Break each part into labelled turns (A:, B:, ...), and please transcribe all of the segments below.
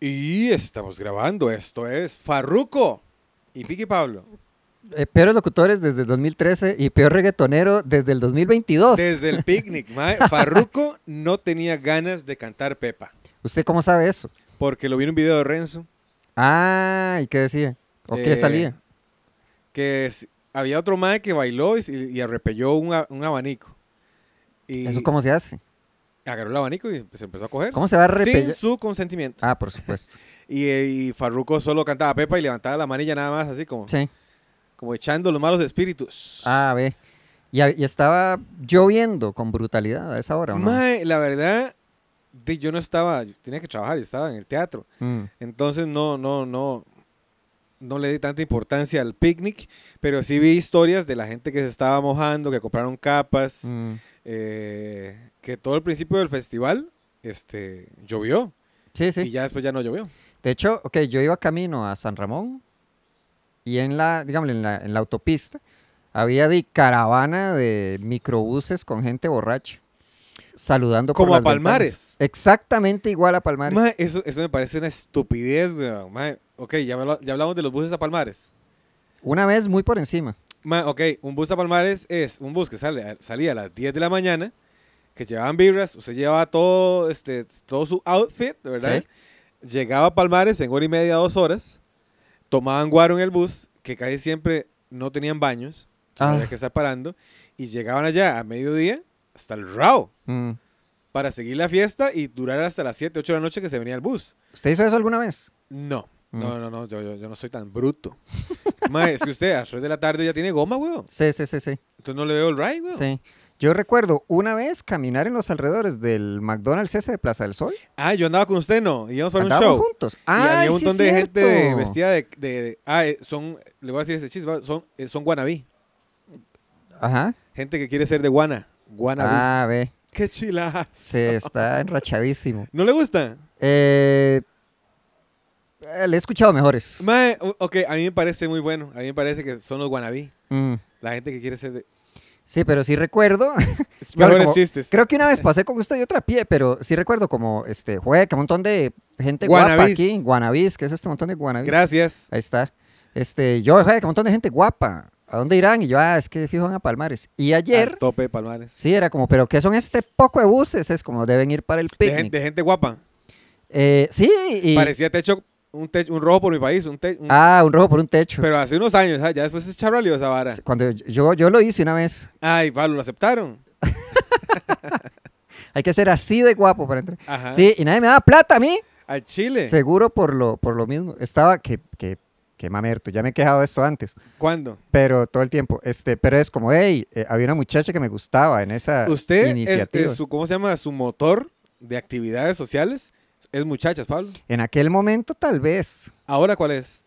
A: Y estamos grabando. Esto es Farruco y Piqui Pablo.
B: Eh, peores locutores desde el 2013 y peor reggaetonero desde el 2022.
A: Desde el picnic, mae, Farruco no tenía ganas de cantar Pepa.
B: ¿Usted cómo sabe eso?
A: Porque lo vi en un video de Renzo.
B: Ah, ¿y qué decía? ¿O qué
A: Eh,
B: salía?
A: Que es- había otro mae que bailó y, y arrepelló un, a- un abanico. Y
B: ¿Eso cómo se hace?
A: agarró el abanico y se empezó a coger.
B: ¿Cómo se va a repellar?
A: Sin su consentimiento.
B: Ah, por supuesto.
A: Y, eh, y Farruco solo cantaba Pepa y levantaba la manilla nada más, así como,
B: Sí.
A: como echando los malos espíritus.
B: Ah, ve. Y, a- y estaba lloviendo con brutalidad a esa hora, ¿o ¿no?
A: Mae, la verdad, de- yo no estaba, yo tenía que trabajar, yo estaba en el teatro.
B: Mm.
A: Entonces no, no, no, no le di tanta importancia al picnic, pero sí vi historias de la gente que se estaba mojando, que compraron capas,
B: Mm.
A: eh, que todo el principio del festival este, llovió
B: Sí,
A: y
B: sí.
A: ya después ya no llovió.
B: De hecho, ok, yo iba camino a San Ramón y en la, digamos, en la, en la autopista había de caravana de microbuses con gente borracha. Saludando por
A: Como a
B: las ventanas.
A: Palmares.
B: Exactamente igual a Palmares.
A: Mae, eso, eso me parece una estupidez, weón. Mae, ok, ya, habla- ya hablamos de los buses a Palmares.
B: Una vez muy por encima.
A: Ma, ok, un bus a Palmares es un bus que sale, a- salía a las 10 de la mañana, que llevaban birras, usted llevaba todo, este, todo su outfit, ¿verdad? Llegaba a Palmares en hora y media, dos horas, tomaban guaro en el bus, que casi siempre no tenían baños, que
B: Ah.
A: había que estar parando, y llegaban allá a mediodía hasta el RAO
B: Mm.
A: para seguir la fiesta y durar hasta las 7, 8 de la noche que se venía el bus.
B: ¿Usted hizo eso alguna vez?
A: No,
B: Mm.
A: no, no, no, yo, yo, yo no soy tan bruto. Ma, es que usted a las 3 de la tarde ya tiene goma, weón.
B: Sí, sí, sí, sí,
A: Entonces no le veo el ride, weón.
B: sí. Yo recuerdo una vez caminar en los alrededores del McDonald's ese de Plaza del Sol.
A: Ah, yo andaba con usted, no. Íbamos para un
B: Andábamos
A: show.
B: juntos.
A: Y
B: Ah,
A: había un montón de gente de-
B: cierto.
A: vestida de, de- Ah, eh, son. Le voy a decir ese chiste. va, Son, eh, son guanabí.
B: Ajá.
A: Gente que quiere ser de guana. Guanabí.
B: Ah, ve.
A: Qué chilazo.
B: Se está enrachadísimo.
A: ¿No le gusta?
B: Eh, eh, le he escuchado mejores.
A: Mae, o- ok, a mí me parece muy bueno. A mí me parece que son los guanabí.
B: Mm,
A: La gente que quiere ser de.
B: Sí, pero sí recuerdo. Claro,
A: Mejores
B: como-
A: chistes.
B: Creo que una vez pasé con usted y otra pie, pero sí recuerdo como este juega un montón de gente guapa
A: Guanabís.
B: aquí, guanabís, que es este montón de guanabís.
A: Gracias.
B: Ahí está. Este, yo juega un montón de gente guapa. ¿A dónde irán? Y yo, ah, es que fijo van a Palmares. Y
A: Al
B: ayer
A: tope de Palmares.
B: sí era como, pero ¿qué son este poco de buses? Es como deben ir para el
A: de, gen-
B: picnic.
A: de gente guapa.
B: Eh, sí, y-
A: Parecía techo un, techo. un rojo por mi país. Un te- un-
B: ah, un rojo por un techo.
A: Pero hace unos años, ¿sabes? ya después es charralio esa vara.
B: Cuando yo- yo, yo lo hice una vez,
A: Ay, Pablo, lo aceptaron.
B: hay que ser así de guapo para entrar.
A: Ajá.
B: Sí, y nadie me daba plata a mí.
A: Al Chile.
B: Seguro por lo, por lo mismo. Estaba que, que, que mamerto. Ya me he quejado de esto antes,
A: ¿Cuándo?
B: pero todo el tiempo. Este, pero es como, hey, eh, había una muchacha que me gustaba en esa
A: Usted, es- es,
B: iniciativa.
A: su, ¿cómo se llama? Su motor de actividades sociales es muchachas, Pablo.
B: En aquel momento, tal vez.
A: ¿Ahora cuál es?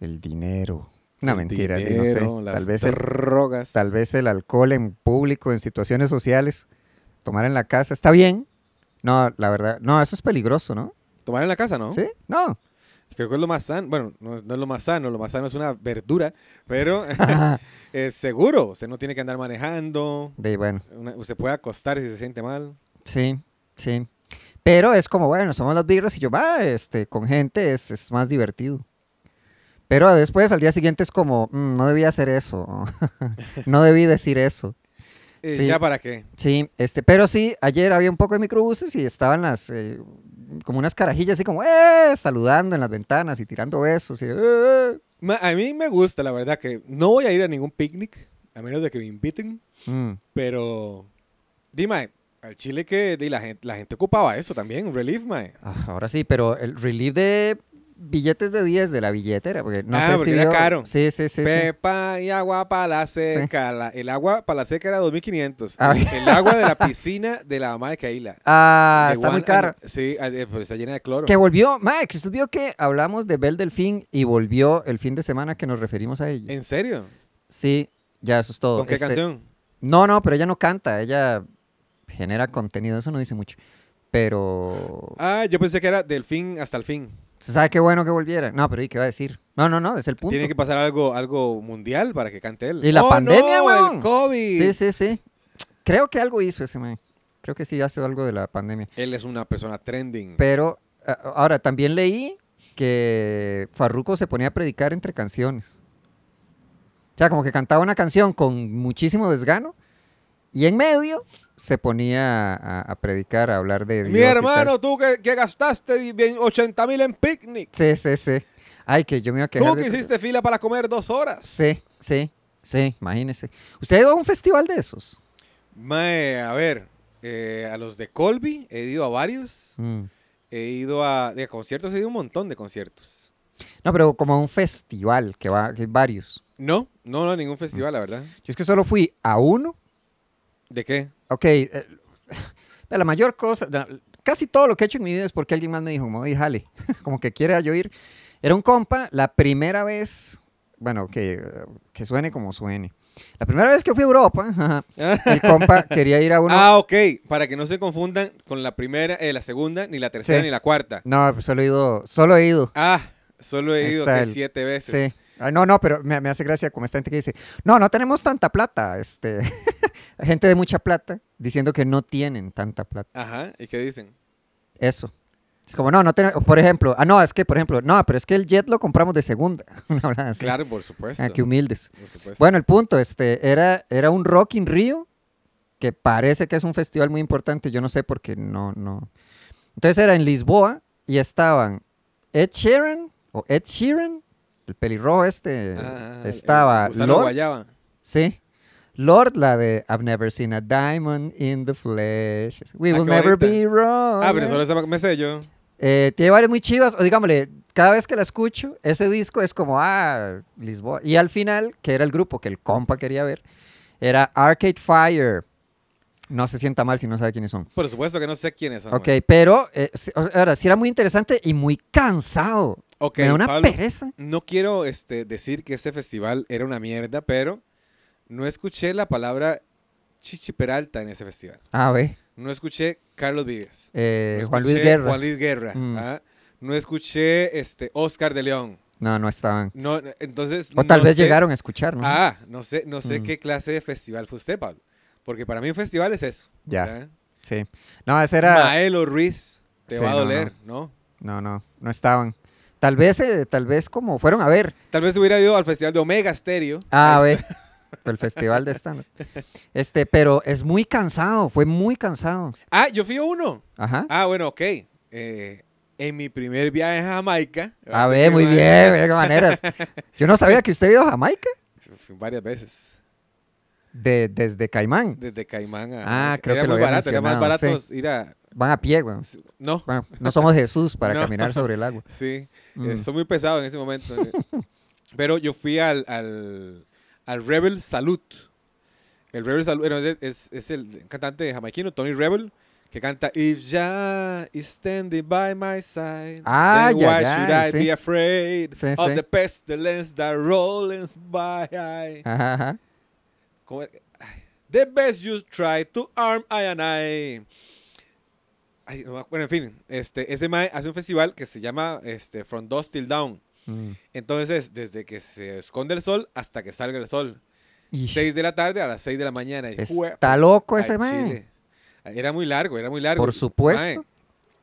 B: El dinero. Una
A: El
B: mentira, di,
A: dinero,
B: no sé.
A: las
B: Tal vez, el,
A: drogas.
B: tal vez el alcohol en público, en situaciones sociales, tomar en la casa, está bien. No, la verdad, no, eso es peligroso, ¿no?
A: Tomar en la casa, ¿no?
B: ¿Sí? No.
A: Creo que es lo más sano. Bueno, no, no es lo más sano. Lo más sano es una verdura. Pero es seguro. Usted no tiene que andar manejando.
B: De bueno,
A: Una- usted puede acostar si se siente mal.
B: sí, sí. Pero es como, bueno, somos las birras y yo, va, este, con gente es, es más divertido. Pero después, al día siguiente, es como, "Mm, no debía hacer eso, no debí decir eso.
A: Eh,
B: Sí.
A: ¿Ya para qué?
B: Sí, este, pero sí, ayer había un poco de microbuses y estaban las, eh, como unas carajillas así como, ¡eh! Saludando en las ventanas y tirando besos y, "Eh, eh".
A: Ma- a mí me gusta, la verdad, que no voy a ir a ningún picnic. A menos de que me inviten.
B: Mm,
A: Pero, dime, al Chile que di, la, gente, la gente ocupaba eso también, relief, mae.
B: ah, ahora sí, pero el relief de billetes de 10 de la billetera, porque no
A: Ah,
B: sé
A: porque
B: si
A: era
B: vio-
A: caro.
B: Sí, sí, sí. sí.
A: Pepa y agua para la seca. La- el agua para la seca era 2.500.
B: Ah,
A: El- El agua de la piscina de la mamá de Keila.
B: Ah,
A: De
B: está muy
A: Guan-
B: caro.
A: Sí, ah, eh, pues está llena de cloro.
B: Que volvió, Max, usted vio que hablamos de Bel Delfín y volvió el fin de semana que nos referimos a ella.
A: ¿En serio?
B: Sí, ya eso es todo.
A: ¿Con qué
B: Este,
A: canción?
B: No, no, pero ella no canta, ella genera contenido, eso no dice mucho. Pero
A: Ah, yo pensé que era del fin hasta el fin.
B: se sabe qué bueno que volviera. No, pero ¿y qué va a decir? No, no, no, es el punto.
A: Tiene que pasar algo, algo mundial para que cante él.
B: Y la
A: ¡Oh,
B: pandemia,
A: no,
B: weón!
A: El COVID.
B: Sí, sí, sí. Creo que algo hizo ese man. Creo que sí hace algo de la pandemia.
A: Él es una persona trending.
B: Pero ahora, también leí que Farruko se ponía a predicar entre canciones. O sea, como que cantaba una canción con muchísimo desgano y en medio se ponía a, a predicar, a hablar de Dios
A: Mi
B: y
A: hermano, tú que, que gastaste 80 mil en picnic.
B: tal. Sí, sí, sí. Ay, que yo me iba a quejar.
A: Tú
B: de-
A: que hiciste fila para comer dos horas.
B: Sí, sí, sí, imagínese. ¿Usted va a un festival de esos?
A: Mae, a ver, eh, a los de Colby he ido a varios.
B: Mm.
A: He ido a. De conciertos he ido a un montón de conciertos.
B: No, pero como a un festival que va, que hay varios.
A: No, no, no, ningún festival, la verdad.
B: Yo es que solo fui a uno.
A: ¿De qué?
B: Ok, eh, la mayor cosa, la- casi todo lo que he hecho en mi vida es porque alguien más me dijo, como, "Ey, jale, como que quiera yo ir. Era un compa, la primera vez, bueno, que, que suene como suene. La primera vez que fui a Europa, ajá, el compa quería ir a uno.
A: Ah, ok. Para que no se confundan con la primera, eh, la segunda, ni la tercera,
B: Sí.
A: ni la cuarta.
B: No, pues solo he ido, solo he ido.
A: Ah, solo he
B: Ahí
A: ido
B: está
A: que
B: el-
A: siete
B: Sí.
A: veces.
B: Ah, No, no, pero me, me hace gracia como esta gente que dice, no, no tenemos tanta plata. Este, gente de mucha plata diciendo que no tienen tanta plata.
A: Ajá. ¿Y qué dicen?
B: Eso. Es como, no, no tenemos, por ejemplo, ah, no, es que, por ejemplo, no, pero es que el jet lo compramos de segunda. Una hablada así.
A: Claro, Pues por supuesto.
B: Ah, qué humildes.
A: Por supuesto.
B: Bueno, el punto, este, era, era un Rock in Rio, que parece que es un festival muy importante, yo no sé por qué no, no. Entonces era en Lisboa y estaban Ed Sheeran, o Ed Sheeran, el pelirrojo este,
A: Ah, el-
B: estaba
A: el gusano
B: Lord,
A: guayaba.
B: sí, Lord, la de I've never seen a diamond in the flesh, we
A: Ah,
B: will
A: qué
B: never
A: bonita.
B: be wrong.
A: Ah, pero solo esa me sé yo.
B: Eh, tiene varias muy chivas, o digámosle, cada vez que la escucho, ese disco es como, ah, Lisboa. Y al final, que era el grupo que el compa quería ver, era Arcade Fire. No se sienta mal si no sabe quiénes son.
A: Por supuesto que no sé quiénes son.
B: Ok,
A: mae.
B: pero eh, sí, o sea, ahora sí era muy interesante y muy cansado.
A: Ok,
B: Me da una
A: Pablo,
B: pereza.
A: no quiero este, decir que este festival era una mierda, pero no escuché la palabra Chichi Peralta en ese festival.
B: A ver,
A: No escuché Carlos Vives.
B: Ah, eh,
A: No
B: Juan Luis
A: escuché
B: Guerra.
A: Juan Luis Guerra.
B: Mm.
A: ajá. No escuché este, Oscar de León.
B: No, no estaban.
A: No, no, entonces,
B: O tal
A: no
B: vez
A: sé-
B: llegaron a escuchar, ¿no?
A: Ah, no sé, no sé
B: Mm.
A: qué clase de festival fue usted, Pablo. Porque para mí un festival es eso.
B: Ya.
A: ¿verdad?
B: Sí. No, ese era...
A: Maelo Ruiz, te
B: Sí,
A: va a
B: no,
A: doler, ¿no?
B: No, no, no estaban. Tal vez, eh, tal vez como fueron a ver.
A: Tal vez hubiera ido al festival de Omega Stereo.
B: Ah,
A: Ahí
B: ve. El festival de stand Este, pero es muy cansado, fue muy cansado.
A: Ah, yo fui a uno.
B: Ajá.
A: Ah, bueno, ok. Eh, en mi primer viaje a Jamaica.
B: A ver, muy bien, Ah, ve qué maneras. Yo no sabía que usted había ido a Jamaica
A: Fui varias veces.
B: de, desde Caimán.
A: Desde Caimán a.
B: Ah,
A: Jamaica.
B: creo
A: era
B: que lo
A: muy
B: había
A: barato. Era más
B: mencionado,
A: barato ir a.
B: Van a pie, weón.
A: No,
B: Bueno, no somos Jesús para
A: No.
B: caminar sobre el agua.
A: sí.
B: Mm.
A: eh, son muy pesados en ese momento. eh. Pero yo fui al, al, al Rebel Salud. El Rebel Salud bueno, es, es- es el cantante jamaiquino, Tony Rebel, que canta If Jah is standing by my side,
B: Ah,
A: then
B: ya,
A: why
B: ya,
A: should I
B: sí.
A: be afraid
B: Sí,
A: of
B: sí.
A: the pestilence that rolls by?
B: Ajá, ajá.
A: ¿Cómo era? Ay, The best you try to arm I and I. Ay, no me acuerdo, en fin, este, ese mae hace un festival que se llama este, From Dust Till Down.
B: Mm.
A: Entonces, desde que se esconde el sol hasta que salga el sol.
B: Y
A: 6 de la tarde a las 6 de la mañana. Y jue-
B: está loco
A: ay,
B: ese man.
A: Chile. Era muy largo, era muy largo.
B: Por
A: Mae,
B: supuesto.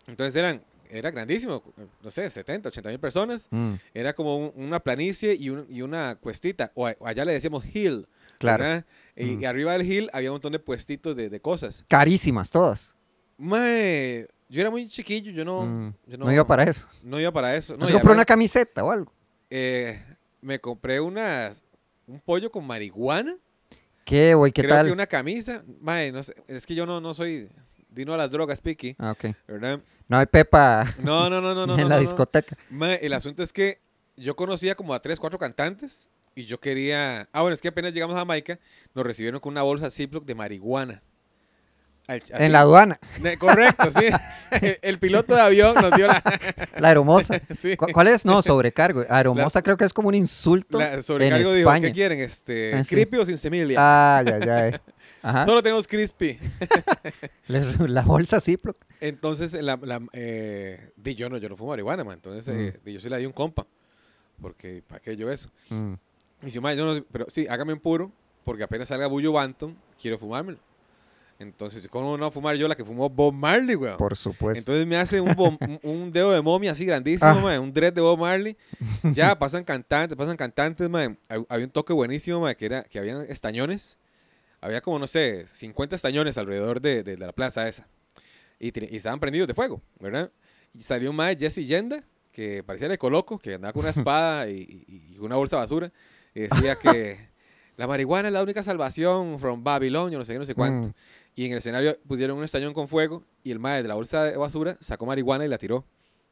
A: entonces eran, era grandísimo, no sé, 70, 80 mil personas.
B: Mm,
A: Era como un- una planicie y, un- y una cuestita. O, a- o allá le decíamos hill.
B: claro.
A: ¿verdad? Y,
B: Mm.
A: y arriba del hill había un montón de puestitos de, de cosas.
B: Carísimas todas.
A: Mae, yo era muy chiquillo, yo no,
B: Mm,
A: yo
B: No, iba para eso.
A: no iba para eso.
B: No,
A: No,
B: se
A: y
B: compró
A: además-
B: una camiseta o algo.
A: eh, me compré unas, un pollo con marihuana.
B: ¿Qué, güey? ¿Qué
A: creo
B: tal?
A: que una camisa. Mae, no sé, es que yo no, no soy. Dino a las drogas, Piki,
B: Ah, ok.
A: ¿verdad?
B: No hay Pepa
A: No, no, no, no. no
B: en
A: no,
B: la
A: no.
B: discoteca.
A: Mae, el asunto es que yo conocía como a tres, cuatro cantantes y yo quería. Ah, bueno, es que apenas llegamos a Jamaica, nos recibieron con una bolsa Ziploc de marihuana. Al- así.
B: En la aduana,
A: Ne- Correcto, sí. El, el piloto de avión nos dio la.
B: la aeromoza.
A: sí.
B: ¿Cu- ¿Cuál es? No, sobrecargo. Aeromosa creo que es como un insulto
A: La- sobre
B: en
A: cargo dijo,
B: España.
A: ¿qué quieren? Este,
B: Ah, sí. Ah.
A: ¿Crispy o sin semilia?
B: ay, ay, ay. Ajá.
A: Solo tenemos crispy.
B: Les- La bolsa Ziploc.
A: Entonces, la, la, eh, di yo no, yo no fumo marihuana, man. Entonces, eh, di yo se la di a un compa. Porque, ¿para qué yo eso?
B: Mm.
A: Y dice, "Ma, yo no, pero sí, hágame un puro, porque apenas salga Bullo Banton, quiero fumármelo. Entonces, ¿cómo no fumar yo la que fumó Bob Marley, weón?
B: Por supuesto.
A: Entonces me hace un, bom- un- un dedo de momia así grandísimo,
B: pues. Ah.
A: mae, un dread de Bob Marley. Ya pasan cantantes, pasan cantantes, mae. Hab- Había un toque buenísimo, mae, que era que habían estañones. Había como, no sé, 50 estañones alrededor de, de- de la plaza esa. Y, tre- y estaban prendidos de fuego, ¿verdad? Y salió un mae, Jesse Yenda, que parecía de Coloco, que andaba con una espada y, y- y una bolsa de basura. Y decía que la marihuana es la única salvación from Babylon, yo no sé qué, no sé cuánto.
B: Mm.
A: Y en el escenario pusieron un estañón con fuego y el mae de la bolsa de basura sacó marihuana y la tiró.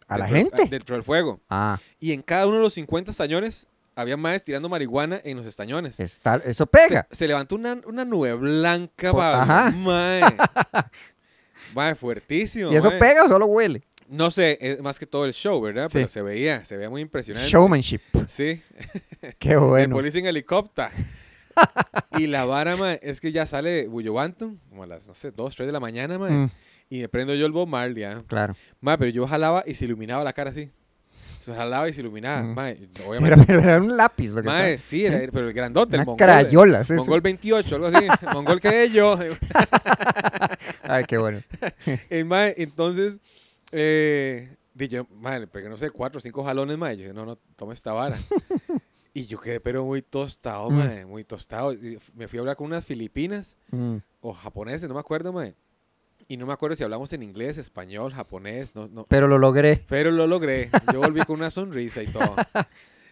B: ¿A la
A: dentro-
B: gente?
A: a- Dentro del fuego.
B: Ah,
A: Y en cada uno de los 50 estañones había maes tirando marihuana en los estañones.
B: está, eso pega.
A: Se levantó una, una nube blanca,
B: Por-
A: Pablo.
B: ajá.
A: Mae. Mae, fuertísimo.
B: ¿Y eso
A: mae.
B: pega o solo huele?
A: No sé, es más que todo el show, ¿verdad?
B: Sí.
A: Pero se veía, se veía muy impresionante.
B: Showmanship.
A: Sí,
B: Qué
A: el
B: bueno.
A: policía en helicóptero. y la vara, mae, es que ya sale Bullo Bantam, como a las, no sé, 2, 3 de la mañana, mae.
B: Mm,
A: Y me prendo yo el Bob Marley, ¿ah?
B: claro.
A: Mae, pero yo jalaba y se iluminaba la cara así. Se jalaba y se iluminaba.
B: Mm.
A: Mae,
B: Pero,
A: obviamente.
B: pero era un lápiz lo que
A: Mae,
B: estaba.
A: sí, era- pero el grandote, el
B: Una
A: mongol. eh,
B: crayola. sí, sí.
A: Mongol 28, algo así. mongol que yo.
B: Ay, qué bueno.
A: El mae, entonces, eh, dije, yo, mae, le pegué, no sé, cuatro o cinco jalones, mae. Yo dije, no, no, toma esta vara. y yo quedé, pero muy tostado,
B: Mm.
A: mae, muy tostado. Y f- me fui a hablar con unas filipinas
B: Mm,
A: o japoneses, no me acuerdo, mae. Y no me acuerdo si hablamos en inglés, español, japonés, no, no,
B: Pero lo logré.
A: Pero lo logré. Yo volví con una sonrisa y todo.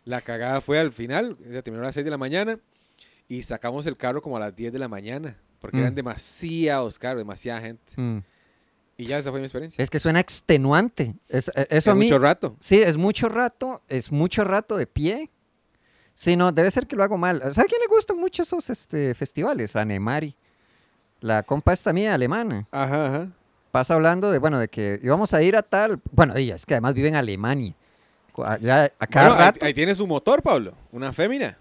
A: La cagada fue al final. Ya terminó a las 6 de la mañana. Y sacamos el carro como a las 10 de la mañana. Porque
B: Mm.
A: eran demasiados carros, demasiada gente.
B: Mm.
A: Y ya esa fue mi experiencia.
B: Es que suena extenuante. Es- eh, eso
A: Fue
B: a mí.
A: mucho rato.
B: Sí, es mucho rato, es mucho rato de pie. Sí, no, debe ser que lo hago mal. ¿Sabes a quién le gustan mucho esos este, festivales? A Nemari. La compa esta mía alemana.
A: Ajá, ajá.
B: Pasa hablando de, bueno, de que íbamos a ir a tal. Bueno, ella es que además vive en Alemania. Cu- a- Ya a cada
A: ahí,
B: rato.
A: ahí tienes un motor, Pablo. Una fémina.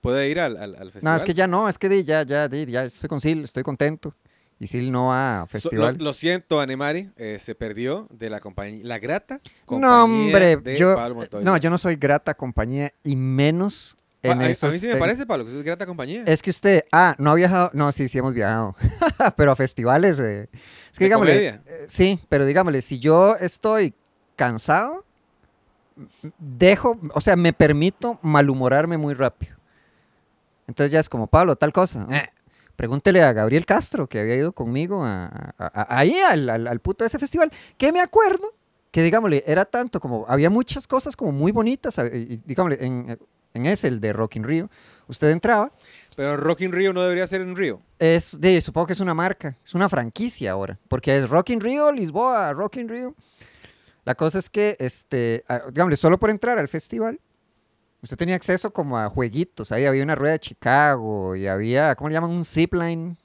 A: Puede ir al, al- al festival.
B: no, es que ya no, es que di, ya, ya, di, ya estoy con Sil, estoy contento. Y Sil no va
A: So-
B: a
A: lo,
B: festival.
A: lo siento, Anemari. eh, se perdió de la compañía. La grata. compañía
B: no, hombre,
A: de
B: yo,
A: Pablo Montoya.
B: no, yo no soy grata compañía y menos
A: A-
B: en
A: a, a mí
B: esos
A: sí me
B: te-
A: parece, Pablo, que eso es grata compañía.
B: Es que usted, ah, no ha viajado, no, sí, sí hemos viajado, pero a festivales, eh, es que
A: ¿De
B: digámosle,
A: comedia?
B: eh, sí, pero digámosle, si yo estoy cansado, m- dejo, o sea, me permito malhumorarme muy rápido. Entonces ya es como, Pablo, tal cosa. eh. Pregúntele a Gabriel Castro, que había ido conmigo a, a- a- ahí al, al- al puto de ese festival, que me acuerdo que, digámosle, era tanto como, había muchas cosas como muy bonitas, eh, y, digámosle, en, en ese, el de Rock in Rio, usted entraba
A: Pero Rock in Rio no debería ser en Río.
B: es de, supongo que es una marca, es una franquicia ahora, porque es Rock in Rio, Lisboa, Rock in Rio. La cosa es que, este, a- digámosle, solo por entrar al festival, usted tenía acceso como a jueguitos. Ahí había una rueda de Chicago y había, ¿cómo le llaman? Un zipline,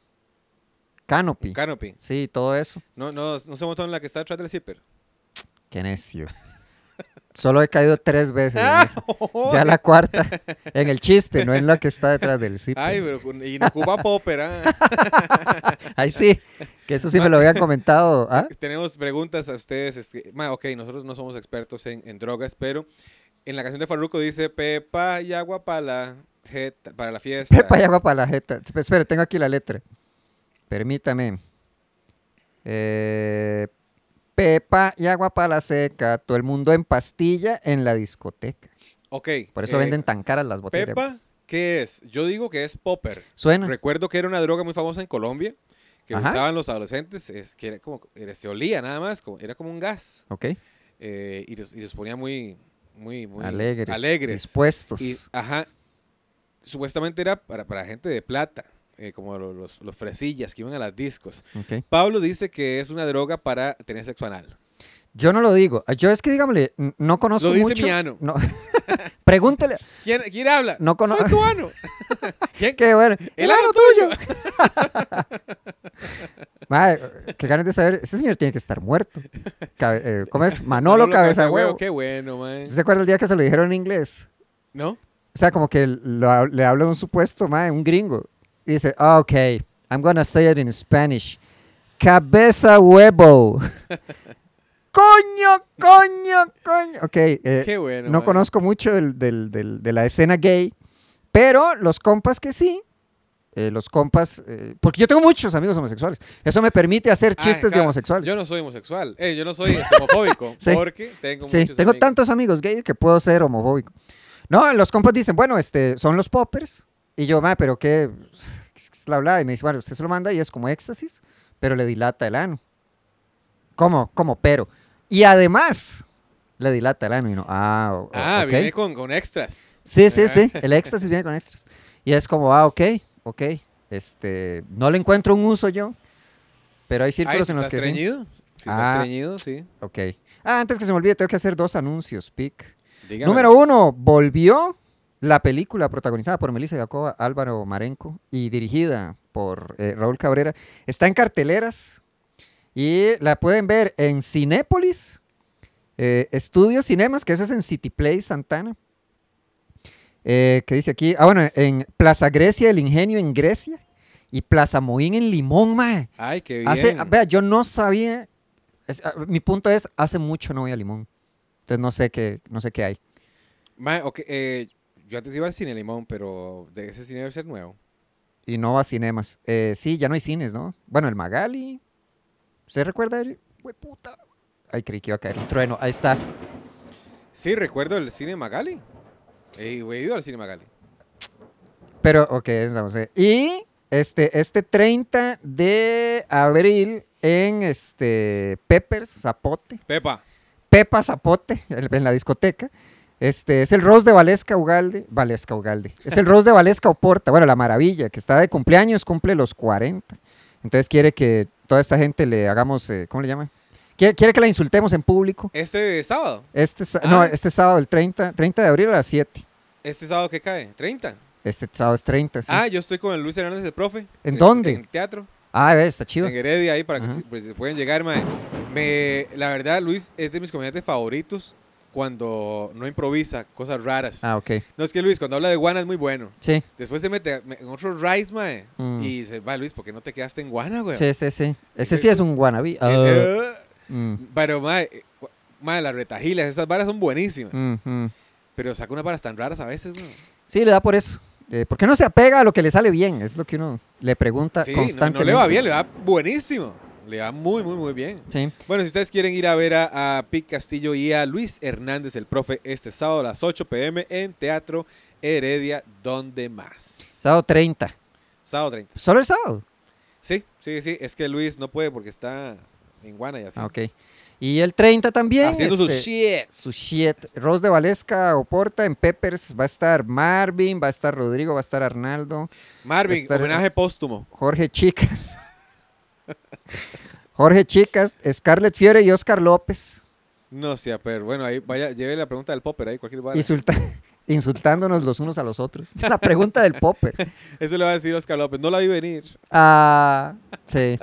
B: canopy.
A: Un Canopy.
B: sí, todo eso.
A: No, no, no se montó en la que está atrás del zipper.
B: Qué necio. solo he caído tres veces. en
A: Ah,
B: esa. Ya la cuarta, en el chiste, no en la que está detrás del zipline.
A: Ay, pero con- y no ocupa popper, ¿ah?
B: Ahí sí, que eso sí me lo habían comentado. ¿ah?
A: Tenemos preguntas a ustedes. este, ma, ok, nosotros no somos expertos en, en drogas, pero en la canción de Farruko dice Pepa y agua para la, jeta- para la fiesta.
B: Pepa y agua para la jeta. Esp- Espere, tengo aquí la letra. Permítame. Eh, Pepa y agua para la seca. Todo el mundo en pastilla en la discoteca.
A: Ok.
B: Por eso
A: eh,
B: venden tan caras las botellas. de-
A: Pepa, ¿qué es? Yo digo que es popper.
B: Suena.
A: Recuerdo que era una droga muy famosa en Colombia que
B: Ajá.
A: usaban los adolescentes, es, que era como, era- se olía nada más, como- era como un gas.
B: ok.
A: eh, y, los, y los ponía muy, muy, muy
B: alegres.
A: alegres.
B: Dispuestos.
A: Y, ajá, supuestamente era para, para gente de plata, eh, como lo- los, los fresillas que iban a las discos.
B: Ok.
A: Pablo dice que es una droga para tener sexo anal.
B: Yo no lo digo. Yo es que, dígame, n- no conozco
A: Lo dice
B: mucho.
A: Miano.
B: No. Pregúntele.
A: ¿Quién, quién habla?
B: No cono-
A: Soy cubano. ¿Quién?
B: Qué bueno.
A: El
B: El
A: ano
B: ano tuyo. Mae, qué ganas de saber. Ese señor tiene que estar muerto. Cabe- eh, ¿Cómo es? Manolo, Cabeza de Huevo.
A: Qué bueno, man.
B: ¿Usted ¿Se acuerda el día que se lo dijeron en inglés?
A: ¿No?
B: O sea, como que lo- le habla un supuesto, mae, un gringo. Y dice, "Ah, ok, I'm gonna say it in Spanish. Cabeza huevo. coño, coño, coño. Ok, eh,
A: Qué bueno.
B: no
A: man.
B: conozco mucho del- del- del- de la escena gay, pero los compas que sí, eh, los compas, eh, porque yo tengo muchos amigos homosexuales. Eso me permite hacer
A: Ah,
B: chistes de
A: claro,
B: homosexuales.
A: Yo no soy homosexual. Eh, yo no soy este, homofóbico.
B: Sí.
A: Porque tengo
B: sí,
A: muchos
B: tengo
A: amigos.
B: tantos amigos gay que puedo ser homofóbico. No, los compas dicen, bueno, este, son los poppers. Y yo, ma, pero qué, qué es la hablada. Y me dice, bueno, usted se lo manda y es como éxtasis, pero le dilata el ano. ¿Cómo? ¿Cómo? Pero. Y además, le dilata el ano. Y no, ah, o- o-
A: Ah,
B: ok.
A: viene con, con extras.
B: Sí, sí,
A: Ah.
B: sí. El éxtasis viene con extras. Y es como, ah, ok, ok. Este, no le encuentro un uso yo, pero hay
A: Ay,
B: círculos
A: si
B: en los
A: estás
B: que sí.
A: treñido. Si
B: Ah.
A: estás treñido, sí.
B: Ok. Ah, antes que se me olvide, tengo que hacer dos anuncios, Pic.
A: Dígame.
B: Número uno, volvió la película protagonizada por Melissa Yacoba, Álvaro Marenco y dirigida por eh, Raúl Cabrera. Está en carteleras y la pueden ver en Cinépolis, eh, Estudios Cinemas, que eso es en City Play Santana. Eh, ¿Qué dice aquí? Ah, bueno, en Plaza Grecia, El Ingenio en Grecia y Plaza Moín en Limón, mae.
A: Ay, qué bien.
B: Hace, ah, vea, yo no sabía. es- ah, mi punto es, hace mucho no voy a Limón. Entonces no sé qué, no sé qué hay.
A: Ma, ok, eh, yo antes iba al cine Limón, pero de ese cine debe ser nuevo.
B: Y no va a cinemas. Eh, sí, ya no hay cines, ¿no? Bueno, el Magali. ¿Se recuerda? el- Hueputa. Ay, creí que iba a caer un trueno. Ahí está.
A: Sí, recuerdo el cine Magali. He ido- he ido al cine Magali.
B: Pero, ok, estamos. eh. Y este, este 30 de abril en este Peppers Zapote.
A: Pepa.
B: Pepa Zapote, en en la discoteca. Este, es el Rose de Valesca Ugalde. Valesca Ugalde. Es el Rose de Valesca Oporta. Bueno, la maravilla, que está de cumpleaños, cumple los 40. Entonces quiere que toda esta gente le hagamos, eh, ¿cómo le llama? Quiere, quiere que la insultemos en público.
A: Este sábado.
B: Este, sa-
A: Ah.
B: No, este sábado, el 30, 30 de abril a las 7.
A: Este sábado que cae. 30.
B: Este sábado es 30, sí.
A: Ah, yo estoy con el Luis Hernández, el profe.
B: ¿En dónde?
A: En teatro.
B: Ah, ve, está chido.
A: En Heredia, ahí para que
B: Ajá.
A: se, pues, se pueden llegar, mae. Me, la verdad, Luis es de mis comediantes favoritos cuando no improvisa cosas raras.
B: Ah, ok.
A: No, es que Luis, cuando habla de Guana es muy bueno.
B: Sí,
A: Después se mete a- me- en otro Rice, mae.
B: Mm.
A: Y dice, va, Luis, ¿por qué no te quedaste en Guana, güey?
B: sí, sí, sí. Ese sí es un wannabe.
A: Eh,
B: Ah.
A: eh,
B: Mm,
A: Pero, mae, eh, cu- mae, las retajilas, esas varas son buenísimas.
B: mm, mm.
A: Pero saca unas varas tan raras a veces, güey.
B: Sí, le da por eso. Eh, ¿Por qué no se apega a lo que le sale bien? Es lo que uno le pregunta
A: Sí, no- no,
B: constantemente.
A: le va bien, le va buenísimo. Le va muy, muy, muy bien.
B: Sí.
A: Bueno, si ustedes quieren ir a ver a, a Pic Castillo y a Luis Hernández, el profe, este sábado a las 8 pm en Teatro Heredia, donde más.
B: Sábado 30.
A: Sábado 30.
B: ¿Solo el sábado?
A: Sí, sí, sí. Es que Luis no puede porque está en Guana y así.
B: Ah, ok. Y el 30 también.
A: Haciendo
B: este,
A: sus shit.
B: su shit. Rose de Valesca Oporta en Peppers. Va a estar Marvin, va a estar Rodrigo, va a estar Arnaldo,
A: Marvin,
B: estar-
A: homenaje póstumo.
B: Jorge Chicas. Jorge Chicas, Scarlett Fiore y Oscar López.
A: No sea, pero bueno, ahí vaya, lleve la pregunta del popper ahí, cualquier vara.
B: insulta- insultándonos los unos a los otros. Esa es la pregunta del popper.
A: Eso le va a decir Oscar López. No la vi venir.
B: Ah, sí.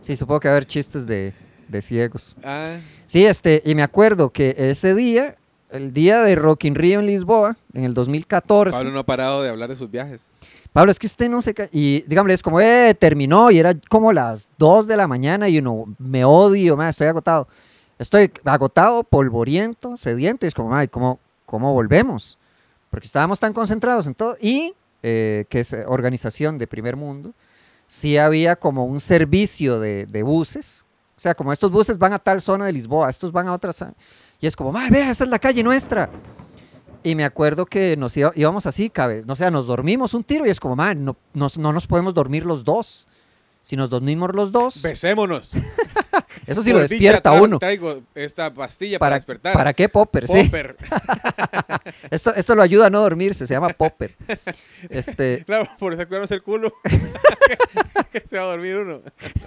B: Sí, supongo que va a haber chistes de, de ciegos.
A: Ah,
B: Sí, este, y me acuerdo que ese día, el día de Rock in Rio en Lisboa, en el 2014,
A: Pablo
B: Pablo,
A: no ha parado de hablar de sus viajes.
B: es que usted no se... ca- Y dígame, es como, eh, terminó, y era como las 2 de la mañana, y uno, me odio, ma, estoy agotado. Estoy agotado, polvoriento, sediento, y es como, ay, ¿cómo, ¿cómo volvemos? Porque estábamos tan concentrados en todo, y eh, que es eh, organización de primer mundo, sí había como un servicio de, de buses. O sea, como estos buses van a tal zona de Lisboa, estos van a otra zona. Y es como, ¡ay, vea, esa es la calle nuestra! Y me acuerdo que nos iba- íbamos así, cabe, o sea, nos dormimos un tiro y es como, man, no, nos- no nos podemos dormir los dos. Si nos dormimos los dos,
A: Besémonos.
B: eso sí lo
A: Por dicha,
B: despierta
A: tra-
B: uno.
A: Traigo esta pastilla para,
B: Para,
A: despertar.
B: ¿Para qué popper? Sí,
A: Popper.
B: esto, esto lo ayuda a no dormirse, se llama popper. Este,
A: Claro, por sacudirnos el culo. que se va a dormir uno.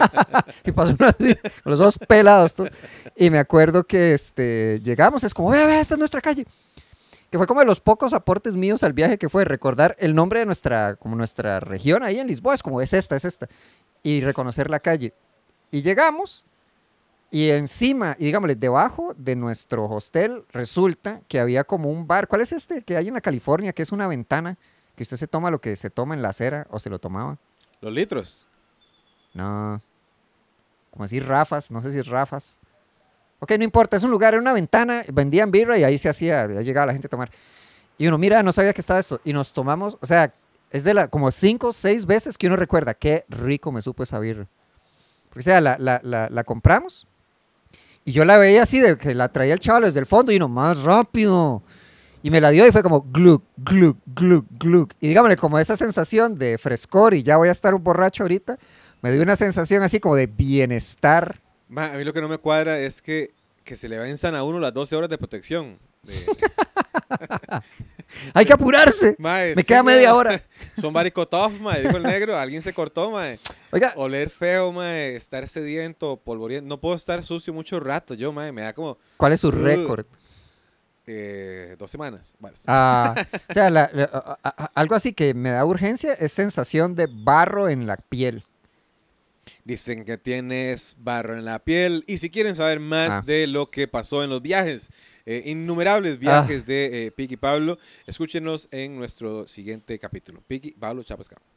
B: Y pasó uno así, con los ojos pelados. todo. Y me acuerdo que este, llegamos, es como, vea, vea, esta es nuestra calle. Que fue como de los pocos aportes míos al viaje que fue recordar el nombre de nuestra, como nuestra región ahí en Lisboa. Es como, es esta, es esta. Y reconocer la calle. Y llegamos, y encima, y digámosle, debajo de nuestro hostel, resulta que había como un bar. ¿Cuál es este que hay en la California? Que es una ventana que usted se toma lo que se toma en la acera o se lo tomaba.
A: Los litros.
B: No. Como decir Rafas, no sé si es Rafas. Ok, no importa, es un lugar, era una ventana, vendían birra y ahí se hacía, ahí llegaba la gente a tomar. Y uno, mira, no sabía que estaba esto. Y nos tomamos, o sea, es de la, como cinco o seis veces que uno recuerda qué rico me supo esa birra. Porque, o sea, la, la, la, la compramos y yo la veía así, de que la traía el chaval desde el fondo y no, más rápido. Y me la dio y fue como gluk, gluk, gluk, gluk. Y digámosle, como esa sensación de frescor y ya voy a estar un borracho ahorita, me dio una sensación así como de bienestar.
A: Ma, a mí lo que no me cuadra es que, que se le venzan a uno las 12 horas de protección. De-
B: Hay que apurarse.
A: Mae,
B: Me
A: sí,
B: queda
A: mae.
B: media hora.
A: Somebody cut off, mae, dijo el negro. Alguien se cortó, mae.
B: Oiga,
A: Oler feo, mae, estar sediento, polvoriento. No puedo estar sucio mucho rato yo, mae. Me da como
B: ¿cuál es su
A: Uh.
B: récord?
A: eh, dos semanas. Vale.
B: Ah, o sea, la- la- a- a- a- algo así que me da urgencia es sensación de barro en la piel.
A: Dicen que tienes barro en la piel. Y si quieren saber más
B: Ah.
A: de lo que pasó en los viajes, eh, innumerables
B: Ah.
A: viajes de eh, Piki Pablo, escúchenos en nuestro siguiente capítulo. Piki Pablo Chapascao.